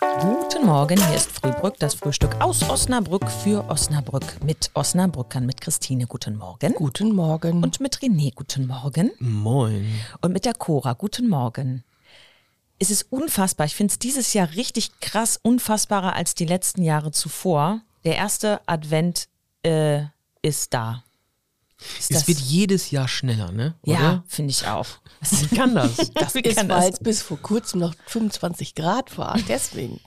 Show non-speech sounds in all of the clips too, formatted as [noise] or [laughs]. Guten Morgen, hier ist Frühbrück, das Frühstück aus Osnabrück für Osnabrück mit Osnabrückern, mit Christine, guten Morgen. Guten Morgen. Und mit René, guten Morgen. Mhm. Moin. Und mit der Cora, guten Morgen. Es ist unfassbar, ich finde es dieses Jahr richtig krass, unfassbarer als die letzten Jahre zuvor. Der erste Advent äh, ist da. Ist Es wird jedes Jahr schneller, ne? ja, Oder? finde ich [laughs] auch. Wie [laughs] kann das? das ist, weil es bis vor kurzem noch 25 Grad war. Deswegen.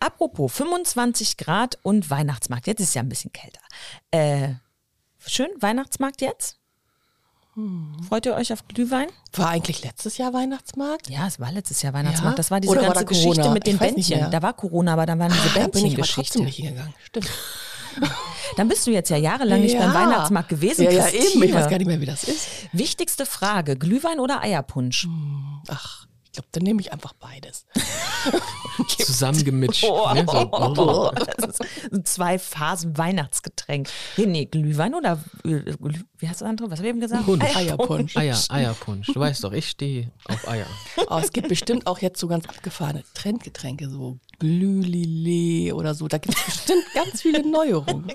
Apropos 25 Grad und Weihnachtsmarkt. Jetzt ist es ja ein bisschen kälter. Äh, schön, Weihnachtsmarkt jetzt? Freut ihr euch auf Glühwein? War eigentlich letztes Jahr Weihnachtsmarkt? Ja, es war letztes Jahr Weihnachtsmarkt. Ja? Das war diese Oder war ganze da Corona? Geschichte mit den Ich weiß nicht Bändchen. mehr. Ah, Da war Corona, aber dann waren diese Also Da bin ich aber Bändchengeschichte. trotzdem nicht hingegangen. Stimmt. Dann bist du jetzt ja jahrelang nicht beim Weihnachtsmarkt gewesen. Ja, ja eben. Christine. Ich weiß gar nicht mehr, wie das ist. Wichtigste Frage: Glühwein oder Eierpunsch? Ach, ich glaube, dann nehme ich einfach beides. Zusammengemitscht. Ne? So. [laughs] Oh, das ist ein zwei Phasen Weihnachtsgetränk. René, Glühwein oder äh, Glüh- wie heißt das andere? Was habe ich eben gesagt? Punsch. Eierpunsch. Eier, Eierpunsch. Du weißt doch, ich stehe auf Eier. Oh, es gibt bestimmt auch jetzt so ganz abgefahrene Trendgetränke, so Glülile oder so. Da gibt es bestimmt ganz viele Neuerungen.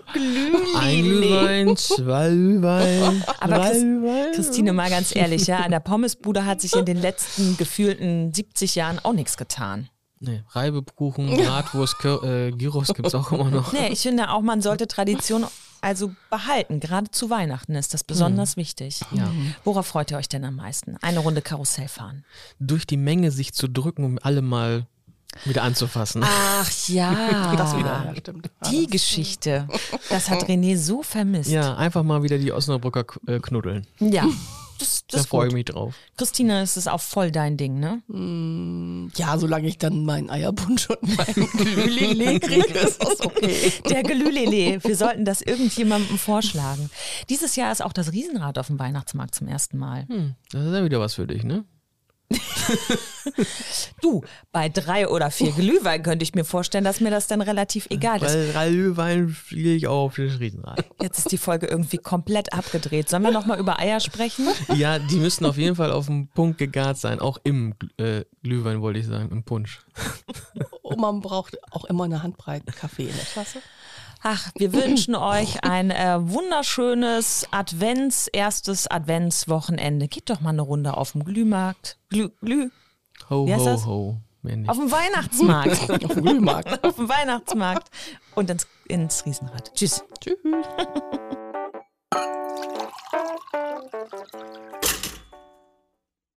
Ein Glühwein, zwei Glühwein, Aber drei Chris, Glühwein. Christine, mal ganz ehrlich, ja, an der Pommesbude hat sich in den letzten gefühlten 70 Jahren auch nichts getan. Nee, Reibekuchen, Bratwurst, Kö- äh, Gyros gibt es auch immer noch. Nee, ich finde auch, man sollte Tradition also behalten. Gerade zu Weihnachten ist das besonders wichtig. Ja. Worauf freut ihr euch denn am meisten? Eine Runde Karussell fahren. Durch die Menge sich zu drücken, um alle mal wieder anzufassen. Ach ja. Das wieder, ja, stimmt. Ah. Die Geschichte. Das hat René so vermisst. Ja, einfach mal wieder die Osnabrücker k- äh, knuddeln. ja. Das, Da das ist freue ich gut. mich drauf. Christina, es ist auch voll dein Ding, ne? Ähm, Ja, solange ich dann meinen Eierpunsch und meinen [laughs] Glülile kriege, ist das okay. Der Gelülele. Wir sollten das irgendjemandem vorschlagen. Dieses Jahr ist auch das Riesenrad auf dem Weihnachtsmarkt zum ersten Mal. Hm, das ist ja wieder was für dich, ne? Du, bei drei oder vier Glühwein könnte ich mir vorstellen, dass mir das dann relativ egal ist. Weil drei Glühwein fliege ich auch auf das Riesenrad. Jetzt ist die Folge irgendwie komplett abgedreht. Sollen wir nochmal über Eier sprechen? Ja, die müssen auf jeden Fall auf den Punkt gegart sein. Auch im Gl- äh, Glühwein wollte ich sagen, im Punsch. Und man braucht auch immer eine Handbreit Kaffee in der Tasse. Ach, wir wünschen euch ein äh, wunderschönes Advents, erstes Adventswochenende. Geht doch mal eine Runde auf dem Glühmarkt. Glüh, Glüh, Ho, Wie heißt das? ho, ho. Mehr nicht. auf dem Weihnachtsmarkt. Auf dem Glühmarkt. auf dem Weihnachtsmarkt. Und ins, ins Riesenrad. Tschüss. Tschüss.